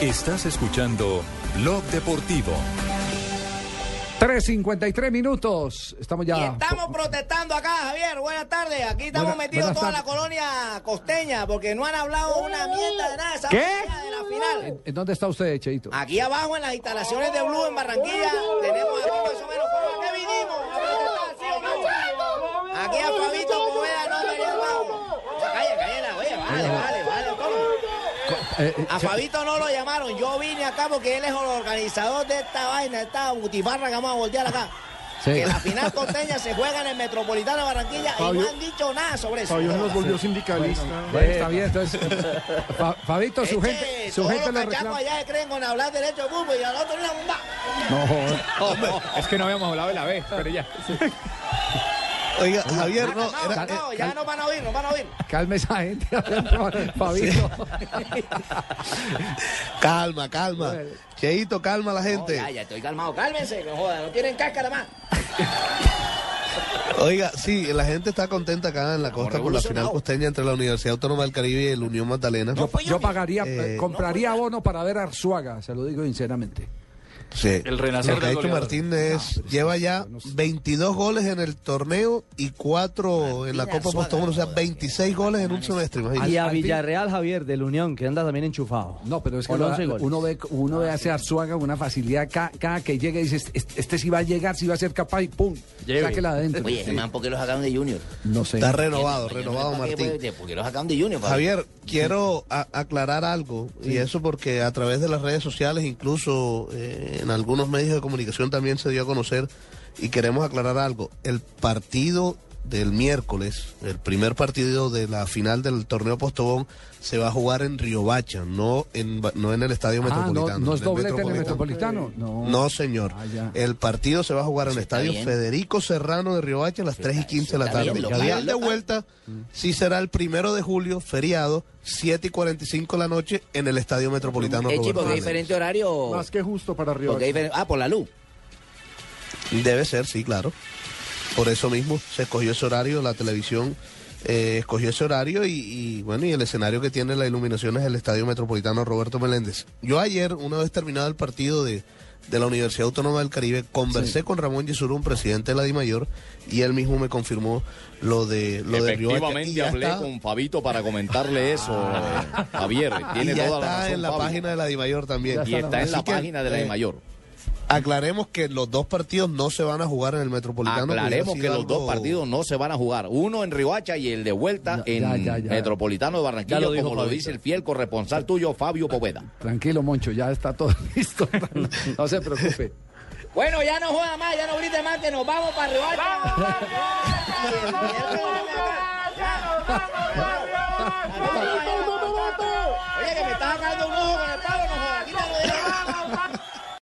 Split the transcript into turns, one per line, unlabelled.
Estás escuchando Blog Deportivo.
3.53 minutos. Estamos ya.
Y estamos protestando acá, Javier. Buenas tardes. Aquí estamos
Ah. Buena-
metidos
buenas
toda la
tardes.
colonia costeña porque no han hablado una mierda de nada. esa
¿Qué?
mierda De la final.
¿En dónde está usted, Cheito?
Aquí abajo en las instalaciones de Blue en Barranquilla tenemos aquí más o menos como que vinimos. a protestar, ¿sí o no? Aquí a Fabito Poveda no me llamamos. Calla, calla, oye, vale, vale, vale. toma.
Eh, eh,
A
che-
Fabito no lo llamaron. Yo vine acá porque él es el organizador de esta vaina, esta butifarra que vamos a voltear acá.
Sí.
Que la final costeña se juega en el Metropolitano de Barranquilla y no han dicho nada sobre eso.
Fabio se nos volvió sindicalista.
Bueno, está bien, entonces. Fa- Fabito, su gente, su gente
Este, los
lo reclama.
cachacos allá se creen con hablar derecho de fútbol y al otro una bomba.
No, joder.
Es que no habíamos hablado de la B, pero ya.
Oiga, Javier, no,
Calmao,
era, eh,
calmao, ya no van a oír, no van a oír.
calme esa gente. Fabito.
Calma, calma. Cheito, calma a la
No,
gente.
ya, ya estoy calmado, cálmense, no jodan, no tienen cáscara más.
Oiga, sí, la gente está contenta acá en la costa por la final
revolucionado.
costeña entre la Universidad Autónoma del Caribe y el Unión Magdalena.
Yo,
pues
pa- yo pagaría,
Eh,
eh, compraría abono para ver a Arzuaga, se lo digo sinceramente.
Sí.
El renacer
Lo que ha
del
hecho
goleador. pues,
Martín es, lleva ya 22 goles en el torneo y 4 en la Copa Postobón, o sea, 26 goles en un semestre,
Y
imagínate.
a
al fin-
Villarreal, Javier, del Unión, que anda también enchufado.
No, pero es que
Con
lo-
11 goles.
uno ve, uno
Ah,
ve a ese Arzuaga con una facilidad. ca- Cada, que llega dice, este, este sí va a llegar, sí va a ser capaz y pum,
Lleve.
sáquela adentro.
Oye,
Sí.
man, ¿por qué lo sacaron de Junior?
No sé.
Está renovado, renovado Martín.
¿Por qué lo sacaron de Junior? Eh,
Javier, quiero a- aclarar algo, y eso porque a través de las redes sociales, incluso eh, en algunos medios de comunicación también se dio a conocer, y queremos aclarar algo. El partido del miércoles, el primer partido de la final del torneo Postobón, se va a jugar en Riobacha, no en, Ba- no en el Estadio
Ah, no,
Metropolitano.
no es
en el
doblete en el
Metropolitano.
Metropolitano. No.
No, señor.
Ah, ya.
el partido se va a jugar en el estadio Federico Serrano de Riohacha a las 3 y 15 de la
está
tarde.
bien,
El
local,
día de
local.
vuelta mm. sí será el primero de julio, feriado, 7 y 45 de la noche en el estadio metropolitano.
Es
Roberto
chico, que hay
Hernández.
diferente horario.
Más que justo para Río.
porque hay diferente- Ah, por la luz.
Debe ser, sí, claro. Por eso mismo se escogió ese horario, la televisión eh, escogió ese horario y, y, bueno, y el escenario que tiene la iluminación es el Estadio Metropolitano Roberto Meléndez. Yo ayer, una vez terminado el partido de, de la Universidad Autónoma del Caribe, conversé con Ramón Yesurún, presidente de la DIMAYOR, y él mismo me confirmó lo de lo de Riohacha. Y
Efectivamente
ya
hablé
está,
con Fabito para comentarle eso, Javier.
Ah, y
Tiene
ya
toda la
está
razón.
en la
Fabio.
página de la DIMAYOR también.
y está en la
Así que,
página de la
eh,
de mayor.
Aclaremos que los dos partidos no se van a jugar en el Metropolitano. hubiera
Aclaremos que
sido
los dos
algo-
partidos no se van a jugar. Uno en Riohacha y el de vuelta
Ya,
en
ya, ya, ya.
Metropolitano de Barranquilla,
Ya lo dijo
como lo
Fabito.
dice el fiel corresponsal tuyo, Fabio Poveda.
Tranquilo, Moncho, ya está todo listo. No se preocupe.
Bueno, ya no juega más, ya no grite más, que nos vamos para Riohacha. Y el miércoles ven acá, ya. Oye, que me estás sacando un ojo con el